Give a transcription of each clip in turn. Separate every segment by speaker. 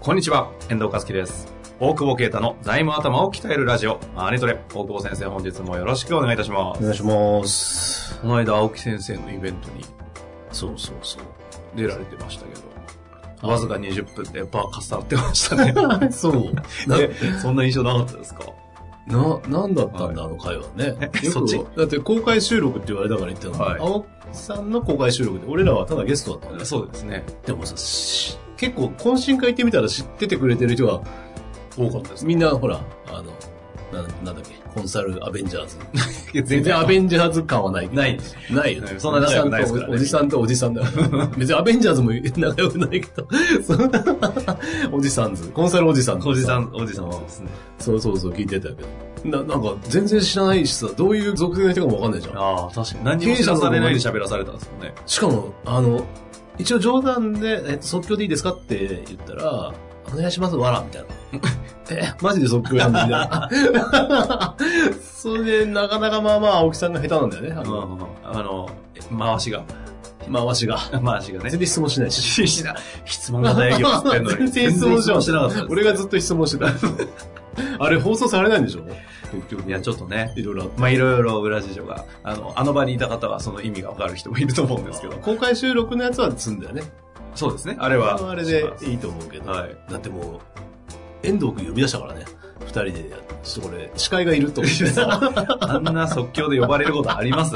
Speaker 1: こんにちは、遠藤和樹です。大久保啓太の財務頭を鍛えるラジオ、マネトレ。大久保先生、本日もよろしくお願いいたしま
Speaker 2: お
Speaker 1: す。
Speaker 2: 願いします。
Speaker 1: この間、青木先生のイベントに
Speaker 2: そうそうそう。
Speaker 1: 出られてましたけど、わずか20分でバーかっさらってました ね。
Speaker 2: そう。な、
Speaker 1: えそんな印象なかったですか
Speaker 2: な、なんだったんだ、あの会話ね。
Speaker 1: え
Speaker 2: よく
Speaker 1: そっち
Speaker 2: だって公開収録って言われたから言ったのに、
Speaker 1: はい
Speaker 2: 青木さんの公開収録で、俺らはただゲストだったんだよ。
Speaker 1: そうですね。
Speaker 2: でもさ、し結構懇親会行ってみたら知っててくれてる人が、
Speaker 1: 多かったです。
Speaker 2: みんなほら、あの、ななんだっけ、コンサルアベンジャーズ。
Speaker 1: 全
Speaker 2: 全然
Speaker 1: 然
Speaker 2: アベンジャーズ感はない。
Speaker 1: ない。
Speaker 2: ないよね。
Speaker 1: そんな仲良くないですからね
Speaker 2: おじさんとおじさんだよ。 別にアベンジャーズも仲良くないけど、 そのおじさんズ。コンサルおじさんズ
Speaker 1: おじさん、おじさんはそうですね。
Speaker 2: そうそうそう、聞いてたけど。な、なんか、全然知らないしさ、どういう属性の人かもわかんないじゃん。
Speaker 1: ああ、確かに。何にも知らされないで喋らされたんですよね。
Speaker 2: しかも、あの、一応冗談で、えっと、即興でいいですかって言ったら、お願いします、わら、みたいな。 え、マジで即興やんのみたいな。 それで、なかなかまあまあ、青木さんが下手なんだよね。あ
Speaker 1: あ
Speaker 2: の、
Speaker 1: の、あの回しが、
Speaker 2: 回しが。
Speaker 1: 回しがね
Speaker 2: 全。然質問しないし。
Speaker 1: しな質問型営業ってんのに。
Speaker 2: 全然質問し
Speaker 1: 全然質
Speaker 2: な
Speaker 1: 問してなかっ
Speaker 2: かったた。
Speaker 1: です
Speaker 2: 俺がずっと質問して た。あれ、放送されないんでしょ結局。
Speaker 1: いや、ちょっとね。
Speaker 2: いろいろあって。
Speaker 1: まあ、いろいろ裏事情が、あの、あの場にいた方はその意味がわかる人もいると思うんですけど。
Speaker 2: 公開収録のやつは積んだよね。
Speaker 1: そうですね。あ
Speaker 2: あ
Speaker 1: れは。
Speaker 2: あれでいいと思うけど。
Speaker 1: はい
Speaker 2: だってもう、遠藤君呼び出したからね。二人でやって、ちょっとこれ、司会がいると思って。
Speaker 1: あんな即興で呼ばれることあります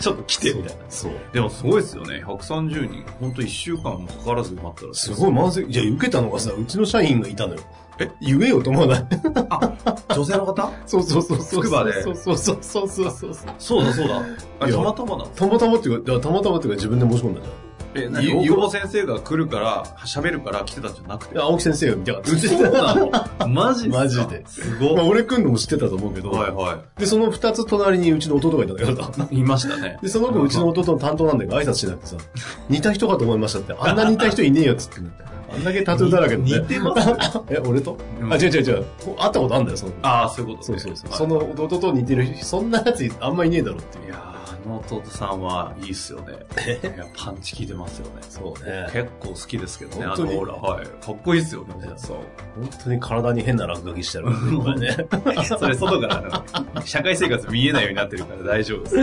Speaker 1: ちょっと来て、みたいな。
Speaker 2: そう。
Speaker 1: でもすごいですよね。130人。ほんと1週間もかからず埋まったら
Speaker 2: すごい満席。じゃあ受けたのがさ、うちの社員がいたのよ。え言えよと思わない
Speaker 1: 女性の方
Speaker 2: そうそうそうそう。
Speaker 1: つくばで
Speaker 2: そうそうそうそうそうそうそ
Speaker 1: そ
Speaker 2: う。
Speaker 1: うだそうだ。あれ
Speaker 2: いや
Speaker 1: たまたまなんです
Speaker 2: たまたまっていうか、だからたまたまっていうか自分で申し込んだじゃん。
Speaker 1: え、
Speaker 2: な
Speaker 1: 大
Speaker 2: んか
Speaker 1: 久保先生が来るから、喋るから来てたんじゃなくて
Speaker 2: い。や青木先生が見たかった。
Speaker 1: そうなの マジっすか
Speaker 2: マジで。
Speaker 1: す
Speaker 2: ま
Speaker 1: ご
Speaker 2: あ
Speaker 1: い。
Speaker 2: 俺来んのも知ってたと思うけど、
Speaker 1: はいは
Speaker 2: で、その二つ隣にうちの弟がいたんだけど、
Speaker 1: い。いましたね。
Speaker 2: で、その子、うちの弟の担当なんだけど、挨拶しなくてさ、似た人かと思いましたって、あんな似た人いねえよっつって、あんだけタトゥーだらけで、
Speaker 1: 似
Speaker 2: ね。
Speaker 1: てます。
Speaker 2: え、俺と、
Speaker 1: うん
Speaker 2: あ、違う違う違う。こう会ったことあんだよ、その子。
Speaker 1: ああ、そういうこと
Speaker 2: そう
Speaker 1: ね
Speaker 2: そうそう。
Speaker 1: はい
Speaker 2: その弟と似てる人、そんなやつあんまいねえだろってい。
Speaker 1: いうやー、あの弟さんはいいっすよ ね。いや、パンチ効いてますよね。
Speaker 2: そうね。
Speaker 1: 結構好きですけどね、あの
Speaker 2: 本当に
Speaker 1: オーラ。はい。かっこいいっすよね、弟さん
Speaker 2: 本当に体に変な落書きし てあるからね今ね。
Speaker 1: それ外からあの、社会生活見えないようになってるから大丈夫です。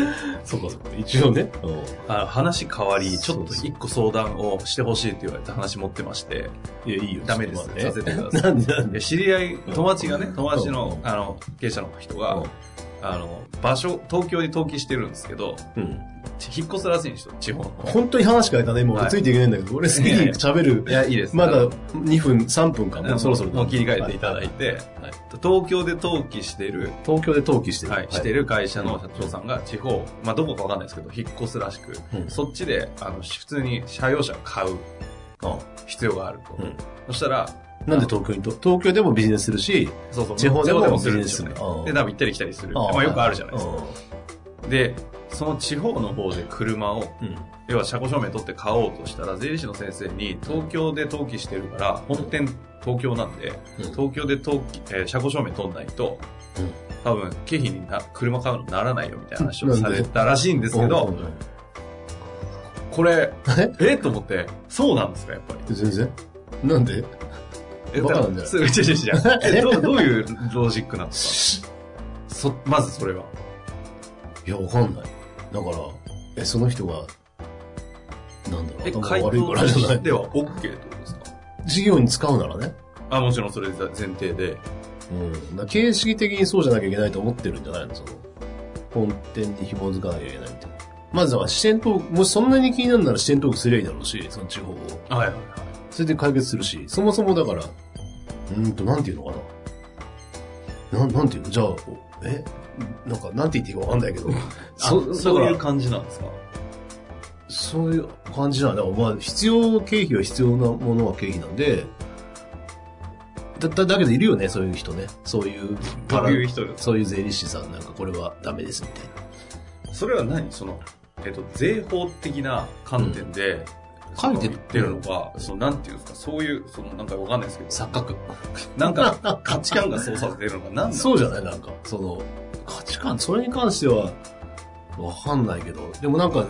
Speaker 2: そうかそうか。一応ね。うん
Speaker 1: あの話変わり、ちょっと
Speaker 2: そうそう
Speaker 1: 一個相談をしてほしいって言われて話持ってまして、
Speaker 2: いや、いいよ。
Speaker 1: ダメです。
Speaker 2: ち
Speaker 1: さ
Speaker 2: ょっと
Speaker 1: せてくだ
Speaker 2: 待って
Speaker 1: さい。
Speaker 2: なんでなんで
Speaker 1: で知り合い、友達がね
Speaker 2: う、ん
Speaker 1: 友達
Speaker 2: う
Speaker 1: の、
Speaker 2: ん
Speaker 1: あの、経営者の人
Speaker 2: う
Speaker 1: が
Speaker 2: ん、
Speaker 1: あの、場所、東京に登記してるんですけど、
Speaker 2: うん。
Speaker 1: 引っ越すらしいんですよ、地方の。
Speaker 2: 本当に話変えたね。もう
Speaker 1: はい
Speaker 2: 俺ついていけないんだけど、俺好きに喋る
Speaker 1: い。や、いいです。
Speaker 2: まだ2分、3分か。もうそろそろ。
Speaker 1: もう切り替えていただいて、
Speaker 2: はい
Speaker 1: 東京で登記してる、
Speaker 2: 東京で登記してる。
Speaker 1: はい、してる会社の社長さんが地方、まあどこかわかんないですけど、引っ越すらしく、
Speaker 2: うん
Speaker 1: そっちで、あの、普通に車用車を買う必要があると。
Speaker 2: うん
Speaker 1: そしたら、
Speaker 2: なんで東京にと東京でもビジネスするし、
Speaker 1: そうそう、
Speaker 2: 地方でも
Speaker 1: するんですよね
Speaker 2: ビジネスする。
Speaker 1: で、多分行ったり来たりする。
Speaker 2: ああ
Speaker 1: まあよくあるじゃないですか。
Speaker 2: うん
Speaker 1: で、その地方の方で車を、
Speaker 2: うん
Speaker 1: 要は車庫証明取って買おうとしたら、税理士の先生に、東京で登記してるから、本店東京なんで、東京で登記、えー車庫証明取んないと、
Speaker 2: うん
Speaker 1: 多分経費にな車買うのにならないよみたいな話をされたらしいんですけ
Speaker 2: う
Speaker 1: ど、
Speaker 2: ん
Speaker 1: これ、
Speaker 2: え
Speaker 1: えっと思って、そうなんですか、やっぱり。
Speaker 2: 全然なんで
Speaker 1: え、
Speaker 2: バカなん
Speaker 1: だ
Speaker 2: じ
Speaker 1: からそう違う違 う違うえどうどういうロジックなんですかそ、まずそれは。
Speaker 2: いや、わかんない。だから、え、その人が、なんだろう、
Speaker 1: え、
Speaker 2: 頭
Speaker 1: 回答
Speaker 2: 悪いから
Speaker 1: と
Speaker 2: じゃな
Speaker 1: し
Speaker 2: い。
Speaker 1: ては OK ってことですか
Speaker 2: 事業に使うならね。
Speaker 1: あ、もちろんそれ前提で。
Speaker 2: うん。だから形式的にそうじゃなきゃいけないと思ってるんじゃないのその、本店に紐づかなきゃいけないみたいな。まずは、視点トーク、もしそんなに気になるなら視点トークすりゃいいだろうし、その地方を。
Speaker 1: はいはいはい。
Speaker 2: それで解決するし、そもそもだから、うーんと、なんていうのかな。なん、なんていうのじゃあ、えなんか、なんて言っていいかわかんない けど、
Speaker 1: そそういう
Speaker 2: だから
Speaker 1: 感じなんですか
Speaker 2: そういう感じなんだ。まあ、必要経費は必要なものは経費なんで、だ、だ、だけどいるよね、そういう人ね。そういうパ
Speaker 1: ど
Speaker 2: ラ、
Speaker 1: ういう人です
Speaker 2: そういう税理士さんなんかこれはダメですみたいな。
Speaker 1: それは何その、えっと、税法的な観点で、
Speaker 2: 書い
Speaker 1: そ
Speaker 2: て
Speaker 1: の言ってるのか、その、なんていうんですか、そういう、その、なんかわかんないですけど、
Speaker 2: 錯覚。
Speaker 1: なんか価値観がそうさせてるのか、なんだ
Speaker 2: そうじゃないなんか、その、価値観、それに関しては、わかんないけど、でもなんか、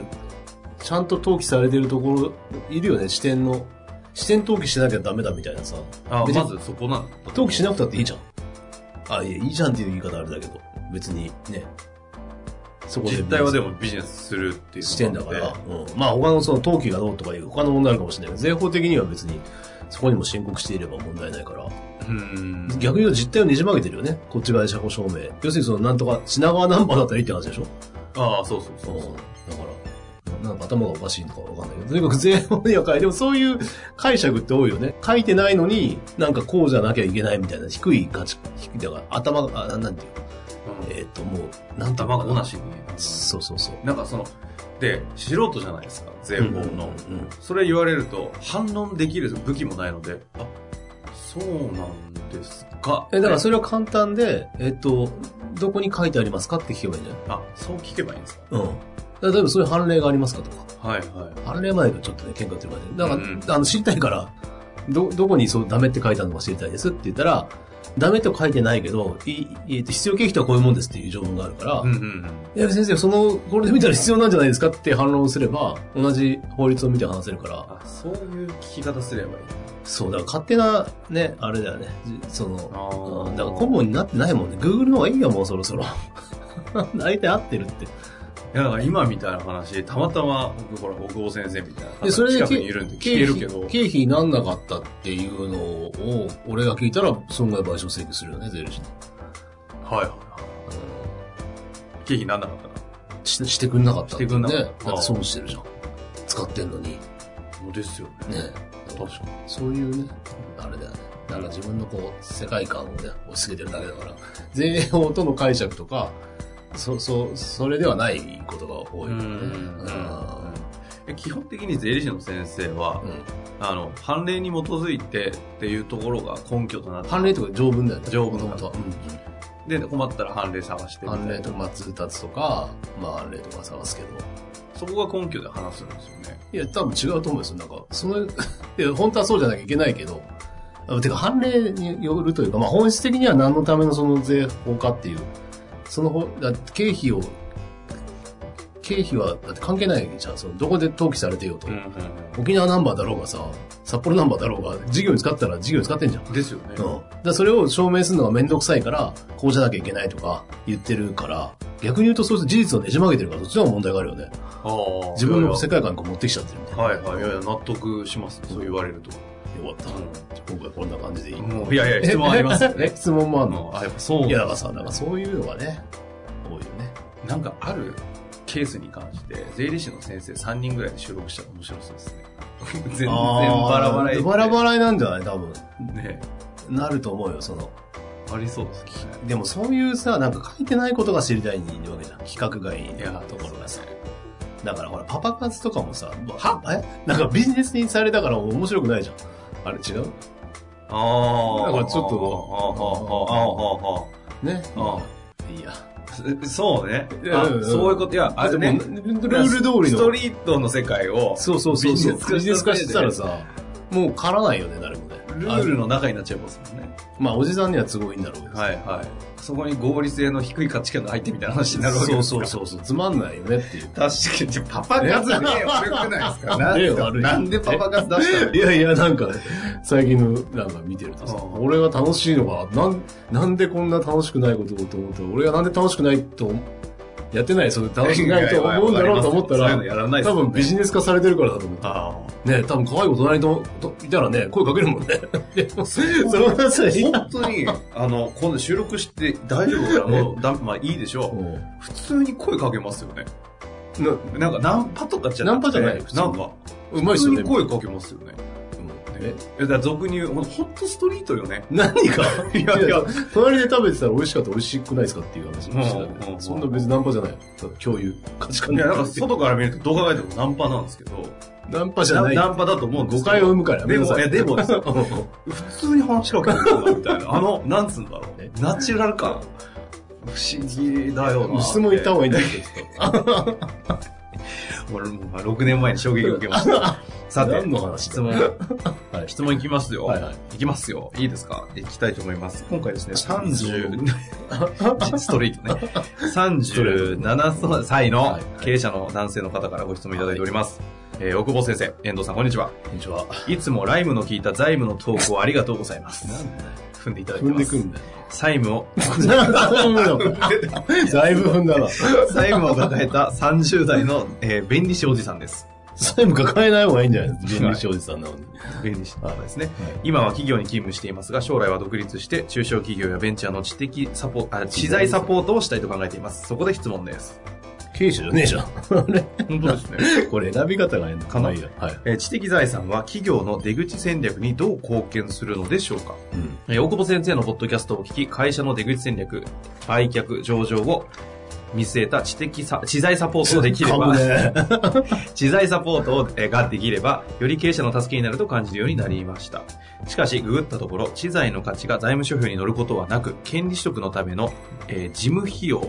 Speaker 2: ちゃんと登記されてるところ、いるよね、視点の。視点登記しなきゃダメだみたいなさ。
Speaker 1: あ
Speaker 2: 別に
Speaker 1: まずそこなんだ。
Speaker 2: 登記しなくたっていいじゃん。あ、いや、いいじゃんっていう言い方あれだけど、別にね。そこで。
Speaker 1: 実態はでもビジネスするっていうのがあって
Speaker 2: してんだから、うん、まあ他のその登記がどうとかいう他の問題あるかもしれないけど、税法的には別にそこにも申告していれば問題ないから、
Speaker 1: うん。
Speaker 2: 逆に言うと実態をねじ曲げてるよね。こっち側車庫証明。要するにそのなんとか品川ナンバーだったらいいって話でしょ
Speaker 1: ああ、そうそう
Speaker 2: う
Speaker 1: そ
Speaker 2: ん
Speaker 1: う
Speaker 2: だから、ななんか頭がおかしいのかわかんないけど、とにかく税法には書いて、でもそういう解釈って多いよね。書いてないのに、なんかこうじゃなきゃいけないみたいな低い価値、低い、だから頭が、あなんていうの
Speaker 1: うん
Speaker 2: えっ、ともう、なんていう
Speaker 1: 頭
Speaker 2: の
Speaker 1: が
Speaker 2: か
Speaker 1: おなしに。
Speaker 2: そうそうそう。
Speaker 1: なんかその、で、素人じゃないですか、税法の。
Speaker 2: うんうん
Speaker 1: それ言われると、反論できる武器もないので、あ、そうなんですか。
Speaker 2: え、だから
Speaker 1: で
Speaker 2: それは簡単で、えっと、どこに書いてありますかって聞けばいいんじゃない
Speaker 1: あ、そう聞けばいいんですか。
Speaker 2: うん。例えばそういう判例がありますかとか。
Speaker 1: はいはい。
Speaker 2: 判例までがちょっとね、喧嘩売ってるからね。
Speaker 1: うん
Speaker 2: だから、あの、知りたいから、ど、どこにそう、ダメって書いてあるのか知りたいですって言ったら、ダメと書いてないけど、い、えっと、必要経費とはこういうもんですっていう条文があるから、
Speaker 1: うんうんうん。
Speaker 2: いや、先生、その、これで見たら必要なんじゃないですかって反論をすれば、同じ法律を見て話せるから、
Speaker 1: あ、そういう聞き方すればいい。
Speaker 2: そう、だから勝手な、ね、あれだよね。じその、
Speaker 1: あー
Speaker 2: うんだから顧問になってないもんね。Google の方がいいよ、もうそろそ ろ。大体合ってるって。
Speaker 1: いや、だから今みたいな話、たまたま、僕、ほら、大久保先生みたいな方
Speaker 2: で、それで
Speaker 1: 近くにいるんで聞けるけど、
Speaker 2: 経費になんなかったっていうのを、俺が聞いたら、損害賠償請求するよね、税理士に。
Speaker 1: はいはいはい。経費になんなかったな。
Speaker 2: ししてくんなかったって、ね。
Speaker 1: してくんなかった
Speaker 2: だって損してるじゃん。使ってんのに。ね。
Speaker 1: もうですよね。確かに。
Speaker 2: そういうね、あれだよね。だから自分のこう、世界観をね、押し付けてるだけだから、税法との解釈とか、そ、そ、それではないことが多いよね。うん
Speaker 1: え基本的に税理士の先生は、
Speaker 2: うん
Speaker 1: あの判例に基づいてっていうところが根拠となって
Speaker 2: 判例とか条文だよね。
Speaker 1: 条文
Speaker 2: 元々は。
Speaker 1: で困ったら判例探してみたいな
Speaker 2: 判例とか、まあ、通達とか、まあ、判例とか探すけど。
Speaker 1: そこが根拠で話すんですよね
Speaker 2: いや、多分違うと思うんですよ。なんか、その、い や、本当はそうじゃなきゃいけないけど、あてか、判例によるというか、まあ、本質的には何のためのその税法かっていう、そのほ、だって経費を、経費は、だって関係ないじゃん。その、どこで登記されてようと。沖縄ナンバーだろうがさ、札幌ナンバーだろうが、事業に使ったら事業に使ってんじゃん。
Speaker 1: ですよね、
Speaker 2: うん。だからそれを証明するのがめんどくさいから、こうじゃなきゃいけないとか言ってるから、逆に言うとそうすると事実をねじ曲げてるから、そっちの方が問題があるよね。
Speaker 1: ああ
Speaker 2: 自分の
Speaker 1: い
Speaker 2: 世界観にこう持ってきちゃってるみたいな。
Speaker 1: やいやはいはいいやいや納得しますそう言われると、
Speaker 2: よかった。今回こんな感じでいい。
Speaker 1: もういやいや質問ありますよね
Speaker 2: え 質問もあ
Speaker 1: あ
Speaker 2: んの
Speaker 1: のあやっぱそう
Speaker 2: いや、だからさ、なんかそういうのがね、多いよね。
Speaker 1: なんかあるケースに関して税理士の先生3人ぐらいで収録したら面白そうですね全然バラバラ
Speaker 2: あ
Speaker 1: や
Speaker 2: ー
Speaker 1: って
Speaker 2: バラバラなんじゃない多分。
Speaker 1: ね
Speaker 2: なると思うよ、その。
Speaker 1: ありそうですね
Speaker 2: でもそういうさ、なんか書いてないことが知りたいにいるわけじゃん。企画外
Speaker 1: いや
Speaker 2: のところがさ。だからほら、パパ活とかもさ、はえなんかビジネスにされたから面白くないじゃん。あれ違う
Speaker 1: ああ。
Speaker 2: なんかちょっと
Speaker 1: と。
Speaker 2: ね。
Speaker 1: あ
Speaker 2: いや。
Speaker 1: あああ。そうね
Speaker 2: い。や
Speaker 1: あ
Speaker 2: うん
Speaker 1: そういうこと。いや、あれね
Speaker 2: で。もルール通りの。
Speaker 1: ストリートの世界を、
Speaker 2: そうそうそうそう。ビ
Speaker 1: ビ
Speaker 2: ジ
Speaker 1: ジ
Speaker 2: ネ
Speaker 1: ネ
Speaker 2: ス
Speaker 1: ス
Speaker 2: 化
Speaker 1: 化
Speaker 2: し
Speaker 1: してて
Speaker 2: た
Speaker 1: た
Speaker 2: ら
Speaker 1: ら
Speaker 2: さ、もう狩らないよね、誰もね。
Speaker 1: ルールの中になっちゃいますもんね。
Speaker 2: あまあ、おじさんには都合いいんだろうけどさ
Speaker 1: はいはい。そこに合理性の低い価値観が入ってみたいな話になるわけです
Speaker 2: そ
Speaker 1: か
Speaker 2: う
Speaker 1: ら。
Speaker 2: そうそうそう、つまんないよねっ ていう。
Speaker 1: 確かに、じゃあパパ活ね、悪くないです か
Speaker 2: ねえ
Speaker 1: な
Speaker 2: 悪い
Speaker 1: んなんでパパ活出したの
Speaker 2: いやいや、なんか、最近の、なんか見てるとさ、
Speaker 1: ああ
Speaker 2: 俺は楽しいのか、なん、なんでこんな楽しくないことをと思って、俺がなんで楽しくないと、やってない、それ楽しくないと思うんだろうと思った
Speaker 1: そういうの
Speaker 2: ら、
Speaker 1: や らないです
Speaker 2: 多
Speaker 1: よ
Speaker 2: 分ビジネス化されてるからだと思った。
Speaker 1: あ
Speaker 2: ね多分可愛い子隣と、といたらね、声かけるもん ね。でも、その話
Speaker 1: あ本当に、あの、今度収録して大丈夫かなもうだ、まあいいでしょう。普通に声かけますよね。
Speaker 2: な
Speaker 1: なんかナンパとかじゃなくて
Speaker 2: ナンパじゃない普通に
Speaker 1: なんか、
Speaker 2: うまい
Speaker 1: 普
Speaker 2: っす
Speaker 1: 通
Speaker 2: よ
Speaker 1: に
Speaker 2: ね。
Speaker 1: 声かけますよね。ねいや
Speaker 2: え
Speaker 1: だから俗に言う、ほんほんとストリートよね。
Speaker 2: 何が
Speaker 1: いやいや、
Speaker 2: 隣で食べてたら美味しかった美味しくないですかっていう話をしてた
Speaker 1: うん
Speaker 2: ん
Speaker 1: うんうんうん
Speaker 2: で、そんな別にナンパじゃない。ただ共有、価値観
Speaker 1: い
Speaker 2: で
Speaker 1: や、なんか外から見るとどう考えてもナンパなんですけど、
Speaker 2: ナンパじゃない。
Speaker 1: ナンパだと思うんです
Speaker 2: 誤
Speaker 1: け
Speaker 2: 解を
Speaker 1: ど
Speaker 2: 生むからやめ
Speaker 1: で
Speaker 2: なさ
Speaker 1: も、
Speaker 2: い。
Speaker 1: え、でもですよ、普通に話しかけてくるな、みたいな。あ の、なんつうんだろうね。ナチュラル感。不思議だよな。
Speaker 2: 質問いった方がいいんだけ
Speaker 1: 俺もまあ6年前に衝撃を受けま した。さて、
Speaker 2: 何の話
Speaker 1: 質問。
Speaker 2: はい
Speaker 1: 質問いきますよ。
Speaker 2: ど。
Speaker 1: い
Speaker 2: はい。
Speaker 1: きますよ。いいですかいきたいと思います。今回 ですね、
Speaker 2: 30
Speaker 1: 30、ストレートね。37歳の
Speaker 2: はい
Speaker 1: 経営者の男性の方からご質問いただいております。えー大久保先生、遠藤さん、こんにちは。
Speaker 2: こんにちは。
Speaker 1: いつもライムの効いた財務の投稿ありがとうございます。
Speaker 2: なんだよ。
Speaker 1: 踏んでいただいて
Speaker 2: 踏ん
Speaker 1: ま。
Speaker 2: ですくんだよ。
Speaker 1: 債務を、
Speaker 2: だいぶ踏んだな。
Speaker 1: 債務を抱えた30代の、えー、便利士おじさんです。
Speaker 2: 債務抱えない方がいいんじゃないですか。便利商事さんなのに。
Speaker 1: 便利士の方ですね。
Speaker 2: はい
Speaker 1: 今は企業に勤務していますが、将来は独立して、中小企業やベンチャーの知的サポあ、知財サポートをしたいと考えています。そこで質問です。
Speaker 2: 経営者じゃねえじゃん。
Speaker 1: 本当ですね。
Speaker 2: これ選び方が変だ。
Speaker 1: かな
Speaker 2: まあいいや。はい。
Speaker 1: えー知的財産は企業の出口戦略にどう貢献するのでしょうか
Speaker 2: うん。
Speaker 1: えー大久保先生のポッドキャストを聞き、会社の出口戦略、売却、上場を見据えた知的さ、知財サポートをできれ ば、
Speaker 2: ね。
Speaker 1: 知財サポートをえーができれば、より経営者の助けになると感じるようになりました。しかし、ググったところ、知財の価値が財務諸表に載ることはなく、権利取得のための、えー事務費用、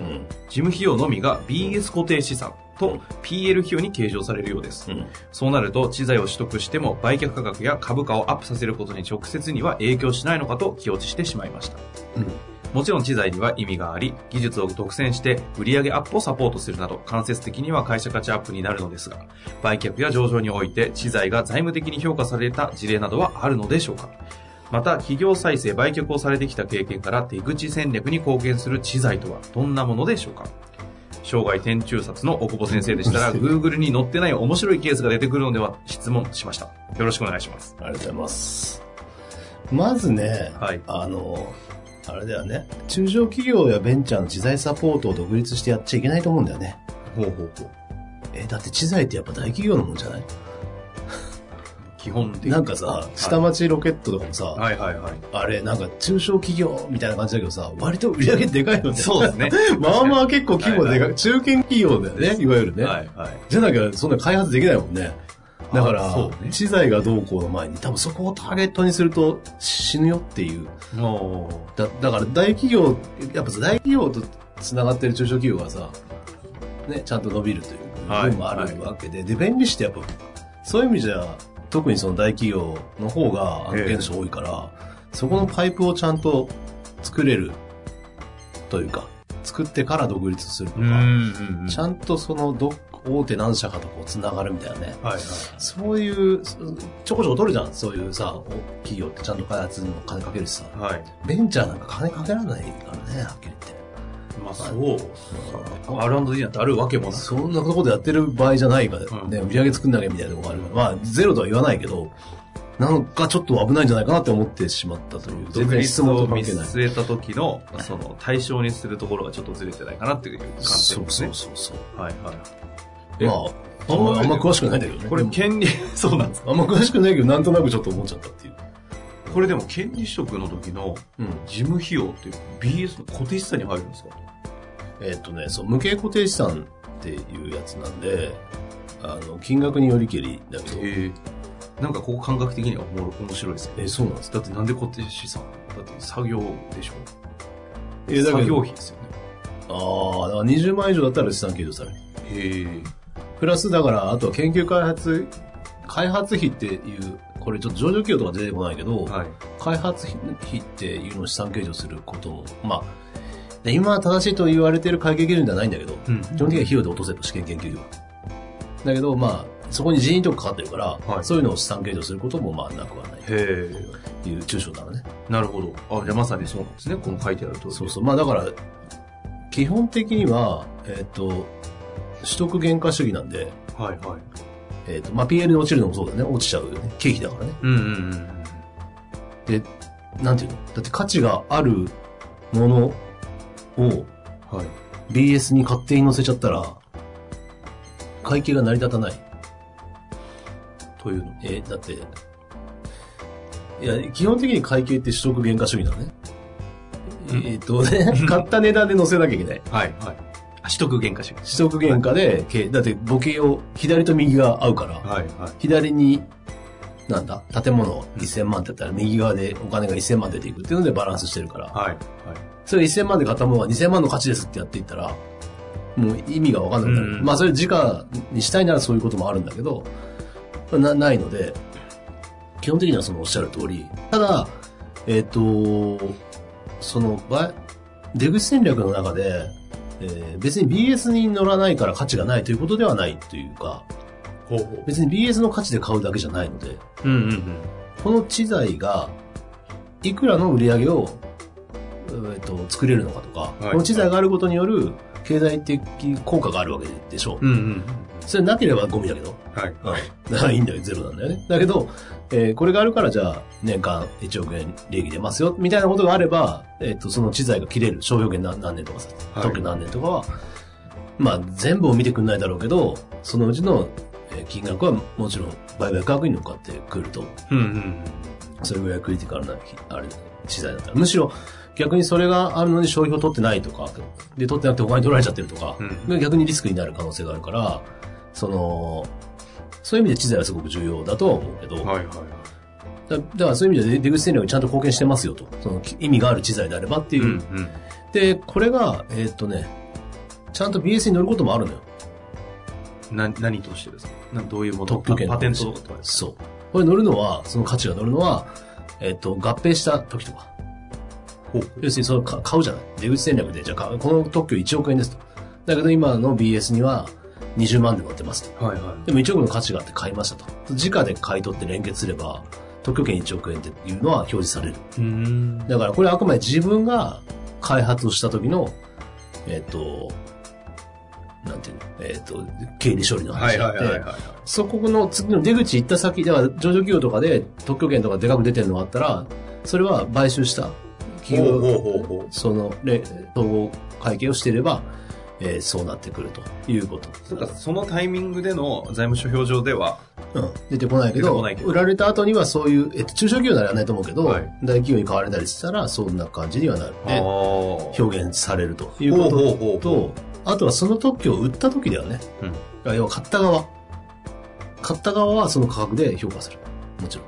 Speaker 2: うん。
Speaker 1: 事務費用のみが BS 固定資産と PL 費用に計上されるようです。
Speaker 2: うん。
Speaker 1: そうなると、知財を取得しても売却価格や株価をアップさせることに直接には影響しないのかと気落ちしてしまいました。
Speaker 2: うん
Speaker 1: もちろん知財には意味があり、技術を独占して売上アップをサポートするなど、間接的には会社価値アップになるのですが、売却や上場において知財が財務的に評価された事例などはあるのでしょうかまた、企業再生、売却をされてきた経験から出口戦略に貢献する知財とはどんなものでしょうか生涯天中殺の大久保先生でした ら、Google に載ってない面白いケースが出てくるのでは質問しました。よろしくお願いします。
Speaker 2: ありがとうございます。まずね、
Speaker 1: はい
Speaker 2: あの、あれだよね。中小企業やベンチャーの知財サポートを独立してやっちゃいけないと思うんだよね。
Speaker 1: ほうほうほう。
Speaker 2: え、だって知財ってやっぱ大企業のもんじゃない
Speaker 1: 基本的に。
Speaker 2: なんかさ、下町ロケットとかもさ、
Speaker 1: はいはいはい。
Speaker 2: あれ、なんか中小企業みたいな感じだけどさ、割と売り上げでかいよね。
Speaker 1: そうですね。
Speaker 2: まあまあ結構規模で
Speaker 1: はい
Speaker 2: か。
Speaker 1: はい
Speaker 2: 中堅企業だよね、いわゆるね。
Speaker 1: はいはい。
Speaker 2: じゃなきゃそんな開発できないもんね。だか
Speaker 1: あ
Speaker 2: ら、
Speaker 1: そうね
Speaker 2: 知財がどうこうの前に、多分そこをターゲットにすると死ぬよっていう
Speaker 1: もう、
Speaker 2: だだから大企業、やっぱさ大企業とつながってる中小企業がさ、ね、ちゃんと伸びるという部分もあるわけで、で、便利してやっぱ、そういう意味じゃ、特にその大企業の方が案件数多いから、そこのパイプをちゃんと作れるというか、作ってから独立すると
Speaker 1: うんう
Speaker 2: か、
Speaker 1: んうん。
Speaker 2: ちゃんとそのど大手何社かとこうつながるみたいなね。
Speaker 1: はいはい。
Speaker 2: そういう、そちょこちょこ取るじゃん、そういうさ、お企業ってちゃんと開発にも金かけるしさ。
Speaker 1: はい。
Speaker 2: ベンチャーなんか金かけられないからね、はっきり
Speaker 1: まあそう。R&D なんてあるわけも
Speaker 2: 言って。
Speaker 1: なく。
Speaker 2: そんなことやってる場合じゃないから
Speaker 1: うん
Speaker 2: ね、売り上げ作んなきゃみたいなとこがあるから、まあ、ゼロとは言わないけど、なんかちょっと危ないんじゃないかなって思ってしまったという。全
Speaker 1: 独
Speaker 2: 然
Speaker 1: 立
Speaker 2: 質問
Speaker 1: を
Speaker 2: と
Speaker 1: 見
Speaker 2: 関係ない。
Speaker 1: 据えた時の、その対象にするところがちょっとずれてないかなっていう感じ
Speaker 2: そう
Speaker 1: です
Speaker 2: そ
Speaker 1: ね
Speaker 2: う。そうそう。
Speaker 1: はいはい。え
Speaker 2: まあ、あんまあんま詳しくないんだけどね。
Speaker 1: これ
Speaker 2: でも
Speaker 1: 権利、 そうなんですか
Speaker 2: あんま詳しくないけど、なんとなくちょっと思っちゃったっていう。
Speaker 1: これでも権利取得の時の
Speaker 2: うん。
Speaker 1: 事務費用って BS の固定資産に入るんですか
Speaker 2: えっとね、そう、無形固定資産っていうやつなんで、あの、金額によりけりだけど、
Speaker 1: ええ。なんかここ感覚的にはおもろ面白いですね。
Speaker 2: え、そうなんですか
Speaker 1: だってなんで固定資産だって作業でしょ
Speaker 2: え、だ
Speaker 1: 作
Speaker 2: け
Speaker 1: 業
Speaker 2: ど、
Speaker 1: 費ですよね。
Speaker 2: ああ、だから20万以上だったら資産計上される。
Speaker 1: へえ。
Speaker 2: プラスだから、あとは研究開発、開発費っていう、これちょっと上場企業とか出てこないけど、
Speaker 1: はい。
Speaker 2: 開発費っていうのを資産計上することも、まあ、で今は正しいと言われている会計基準ではないんだけど、
Speaker 1: うん。
Speaker 2: 基本的には費用で落とせと、試験研究費は。だけど、まあ、そこに人員とかかかってるから、
Speaker 1: はい
Speaker 2: そういうのを資産計上することも、まあ、なくはない
Speaker 1: へえ。
Speaker 2: という中小ならね。
Speaker 1: なるほど。あ、じゃあまさにそうなんですね。この書いてあると
Speaker 2: そうそう。まあ、だから、基本的には、えっ、と、取得原価主義なんで、
Speaker 1: う。はいはい。
Speaker 2: えっ、と、まあ、PL に落ちるのもそうだね。落ちちゃうよね。経費だからね。
Speaker 1: うんうんうん。
Speaker 2: で、なんていうのだって価値があるものを
Speaker 1: はい。
Speaker 2: BS に勝手に載せちゃったら、会計が成り立たない。
Speaker 1: というの。
Speaker 2: えーだって、いや、基本的に会計って取得原価主義なのね。
Speaker 1: うん
Speaker 2: えーっと ね、買った値段で載せなきゃいけない。
Speaker 1: はい、はい。あ取得原価主義。
Speaker 2: 取得原価で、けだってボケを左と右が合うから、
Speaker 1: はい、はい。
Speaker 2: 左に、なんだ、建物1000万って言ったら、右側でお金が1000万出ていくっていうのでバランスしてるから、
Speaker 1: はい、はい。
Speaker 2: それ1000万で買ったものは2000万の価値ですってやっていったら、もう意味がわかんなくなる。
Speaker 1: うん
Speaker 2: まあ、それ時価にしたいならそういうこともあるんだけど、なないので、基本的にはそのおっしゃる通り。ただ、えっ、と、その、ば出口戦略の中で、えー別に BS に乗らないから価値がないということではないというか、
Speaker 1: ほうほう。
Speaker 2: 別に BS の価値で買うだけじゃないので、
Speaker 1: うん、うん、うん。
Speaker 2: この知財が、いくらの売り上げを、えーと、作れるのかとか、
Speaker 1: い
Speaker 2: この知財があることによる経済的効果があるわけでしょう。
Speaker 1: うん、うん。
Speaker 2: それなければゴミだけど。
Speaker 1: はい。
Speaker 2: うん。だからいいんだよ、ゼロなんだよね。だけど、えーこれがあるから、じゃあ、年間1億円利益出ますよ、みたいなことがあれば、えっ、と、その知財が切れる、商標権何何年とかさ、
Speaker 1: はい
Speaker 2: 特許何年とかは、まあ、全部を見てくんないだろうけど、そのうちの、えー金額はもちろん売買額に乗っかってくると。
Speaker 1: うん、うん。
Speaker 2: それぐらいクリティカルな、あれ、知財だったら。むしろ、逆にそれがあるのに商標取ってないとか、で、取ってなくて他に取られちゃってるとか、
Speaker 1: うん
Speaker 2: で逆にリスクになる可能性があるから、その、そういう意味で知財はすごく重要だとは思うけど、
Speaker 1: はい、はい。
Speaker 2: だだからそういう意味で出出口戦略にちゃんと貢献してますよと、そのき意味がある知財であればっていうう。
Speaker 1: ん、うん。
Speaker 2: で、これが、えーっとね、ちゃんと BS に乗ることもあるのよ。
Speaker 1: な、何としてですかなどういうもの
Speaker 2: 特許権
Speaker 1: パ
Speaker 2: の
Speaker 1: パテント
Speaker 2: 話
Speaker 1: とかです
Speaker 2: そう。これ乗るのは、その価値が乗るのは、えーっと、合併した時とか。
Speaker 1: かほうほう
Speaker 2: 要するにそのか買うじゃない。出口戦略で、じゃあ買うこの特許1億円ですと。だけど今の BS には20万で乗ってますと。
Speaker 1: はい、はい。
Speaker 2: でも1億の価値があって買いましたと。直で買い取って連結すれば、特許権1億円っていうのは表示される。
Speaker 1: うーん。
Speaker 2: だからこれはあくまで自分が開発をした時の、えっ、と、なんていうの、えっ、と、経理処理の
Speaker 1: は
Speaker 2: 話
Speaker 1: い
Speaker 2: であ
Speaker 1: は
Speaker 2: っ
Speaker 1: い
Speaker 2: て、
Speaker 1: はいはい。
Speaker 2: そこの次の出口行った先、だから上場企業とかで特許権とかでかく出てるのがあったら、それは買収した企
Speaker 1: ほうほう
Speaker 2: 業、
Speaker 1: ほうほう。
Speaker 2: その、れ統合会計をしていれば、えーそうなってくるということ。
Speaker 1: そうか、そのタイミングでの財務諸表上では、
Speaker 2: うん、出てこないけ
Speaker 1: 出て
Speaker 2: ど
Speaker 1: こないけど
Speaker 2: 売られた後にはそういう、えっと、中小企業ならやらないと思うけど、
Speaker 1: はい
Speaker 2: 大企業に買われたりしたらそんな感じにはなるんで
Speaker 1: 表
Speaker 2: 表現されるというこ
Speaker 1: ほう
Speaker 2: と
Speaker 1: ほうほう
Speaker 2: とあとはその特許を売った時だよね、あ要は買った側買った側はその価格で評価するもちろん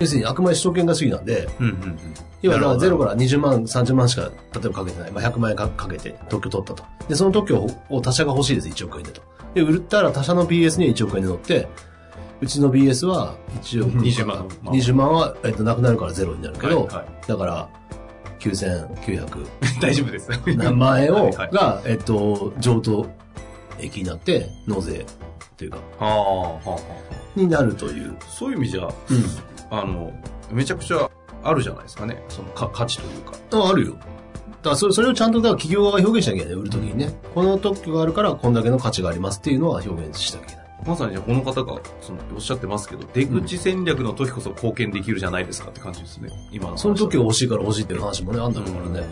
Speaker 2: 要するにあくまで主導権が主義なんで
Speaker 1: うんうんうん。
Speaker 2: 要は
Speaker 1: なるほど
Speaker 2: ゼロから20万30万しか例えばかけてない、まあ、100万円かかけて特許取ったとでその特許をを他社が欲しいです1億円でとで売ったら他社の BS には1億円で乗ってうちの BS は1億
Speaker 1: 20万
Speaker 2: 20万は、えっと、なくなるからゼロになるけど、
Speaker 1: はい は
Speaker 2: だから9900
Speaker 1: 大丈夫 です。
Speaker 2: 何万円を、
Speaker 1: はいはい
Speaker 2: が、えっと、譲渡益になって、納税というか、
Speaker 1: ああ、はあは
Speaker 2: になるという。
Speaker 1: あ。そういう意味じゃ、
Speaker 2: うん。
Speaker 1: あの、めちゃくちゃあるじゃないですかね。そのか価値というか。
Speaker 2: ああるよ。だからそれ、それをちゃんと、だから企業側が表現しなきゃいけない、売るときにね。この特許があるから、こんだけの価値がありますっていうのは表現しなきゃいけない。
Speaker 1: まさにじゃあこの方がそのおっしゃってますけど、出口戦略の時こそ貢献できるじゃないですかって感じですね。今の話だと。
Speaker 2: その時が欲しいから欲しいっていう話もね、あんだろうからね。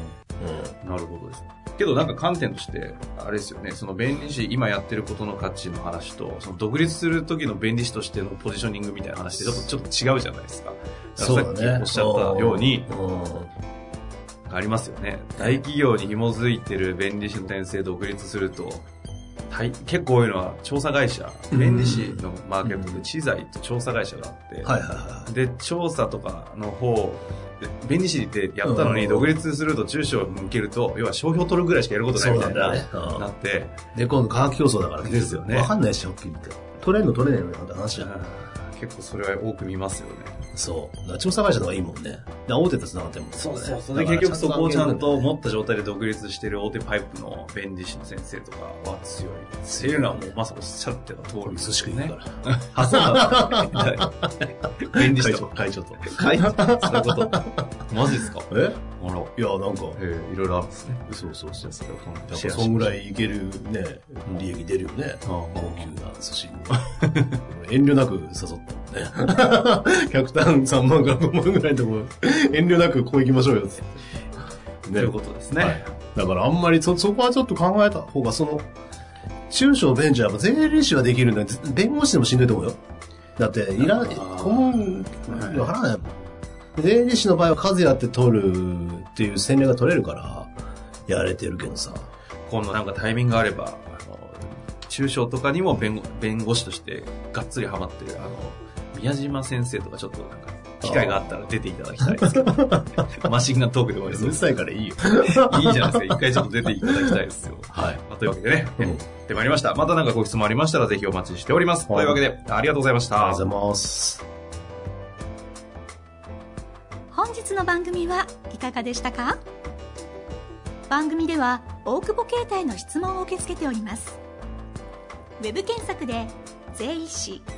Speaker 1: なるほどです。けどなんか観点として、あれですよね、その弁理士、今やってることの価値の話と、その独立する時の弁理士としてのポジショニングみたいな話ってちょっとちょっと違うじゃないですか。から
Speaker 2: そうだ
Speaker 1: さっき
Speaker 2: ね。
Speaker 1: おっしゃったように、
Speaker 2: うん。
Speaker 1: ありますよね。大企業に紐づいてる弁理士の転生独立すると、大結構多いのは調査会社、
Speaker 2: うん
Speaker 1: 弁理士のマーケットで知財と調査会社があって、
Speaker 2: はいはいは
Speaker 1: で、調査とかの方、で弁理士ってやったの
Speaker 2: う
Speaker 1: に
Speaker 2: ん
Speaker 1: 独立すると中小を向けると、要は商標取るぐらいしかやるこ
Speaker 2: い。
Speaker 1: とないみたいな、
Speaker 2: ね。うん
Speaker 1: なって、
Speaker 2: で、今度科学競争だから
Speaker 1: ですよね
Speaker 2: わかんないし、はっきり言って。取れんの取れないのよって話じゃん。
Speaker 1: 結構それは多く見ますよね。
Speaker 2: そう。だから調査会社の方がいいもんね。だから大手と繋がってるもんね。
Speaker 1: で
Speaker 2: だか
Speaker 1: 結
Speaker 2: ら
Speaker 1: 局そこをちゃんと持
Speaker 2: も
Speaker 1: った状態で独立してる大手パイプの弁理士の先生とかは強い。っていうのはもうまさにおっしゃってた通り
Speaker 2: う
Speaker 1: です
Speaker 2: 寿司食いに行くから。
Speaker 1: あ、そうだ。弁理士
Speaker 2: 会
Speaker 1: と
Speaker 2: 長、。会長と。
Speaker 1: 会長そういう こと。マジですかあ
Speaker 2: え
Speaker 1: ら、
Speaker 2: いや、なんか、
Speaker 1: えーいろいろあるんですね。
Speaker 2: そうそう
Speaker 1: じ
Speaker 2: そ
Speaker 1: ゃあ
Speaker 2: う。
Speaker 1: それを今
Speaker 2: や
Speaker 1: 度
Speaker 2: っ
Speaker 1: シェ
Speaker 2: ぱ
Speaker 1: アし
Speaker 2: そんぐらいいけるね
Speaker 1: う、ん
Speaker 2: 利益出るよね。
Speaker 1: ああ
Speaker 2: 高級な寿司に。 遠慮なく誘ったもんね。 客単3万から5万ぐらいのところ、遠慮なくこう行きましょうよっつって。
Speaker 1: ということですね。
Speaker 2: はいだからあんまりそ、そこはちょっと考えた方が、その、中小ベンチャーは税理士はできるんだけど、ぜ弁護士でもしんどいと思うよ。だって、いら
Speaker 1: あ
Speaker 2: ない、
Speaker 1: ー
Speaker 2: 顧問料払わないもん。税理士の場合は数やって取るっていう戦略が取れるから、やれてるけどさ。
Speaker 1: 今度なんかタイミングがあれば、あの、中小とかにも弁護弁護士としてがっつりハマってる、あの、宮島先生とかちょっとなんか、機会があったら出ていただきたいです けど、マシンガントークで終わりそうです。
Speaker 2: さいからいいよ。
Speaker 1: いいじゃないですか。一回ちょっと出ていただきたいですよ。
Speaker 2: はい。
Speaker 1: まあというわけでね、
Speaker 2: うん
Speaker 1: やってまいりました。またなんかご質問ありましたらぜひお待ちしております。
Speaker 2: はい
Speaker 1: というわけで、ありがとうございまし
Speaker 2: あ
Speaker 1: た
Speaker 2: りが。とうございます。
Speaker 3: 本日の番組はいかがでしたか番組では大久保携帯の質問を受け付けておりますウェブ検索で「税理士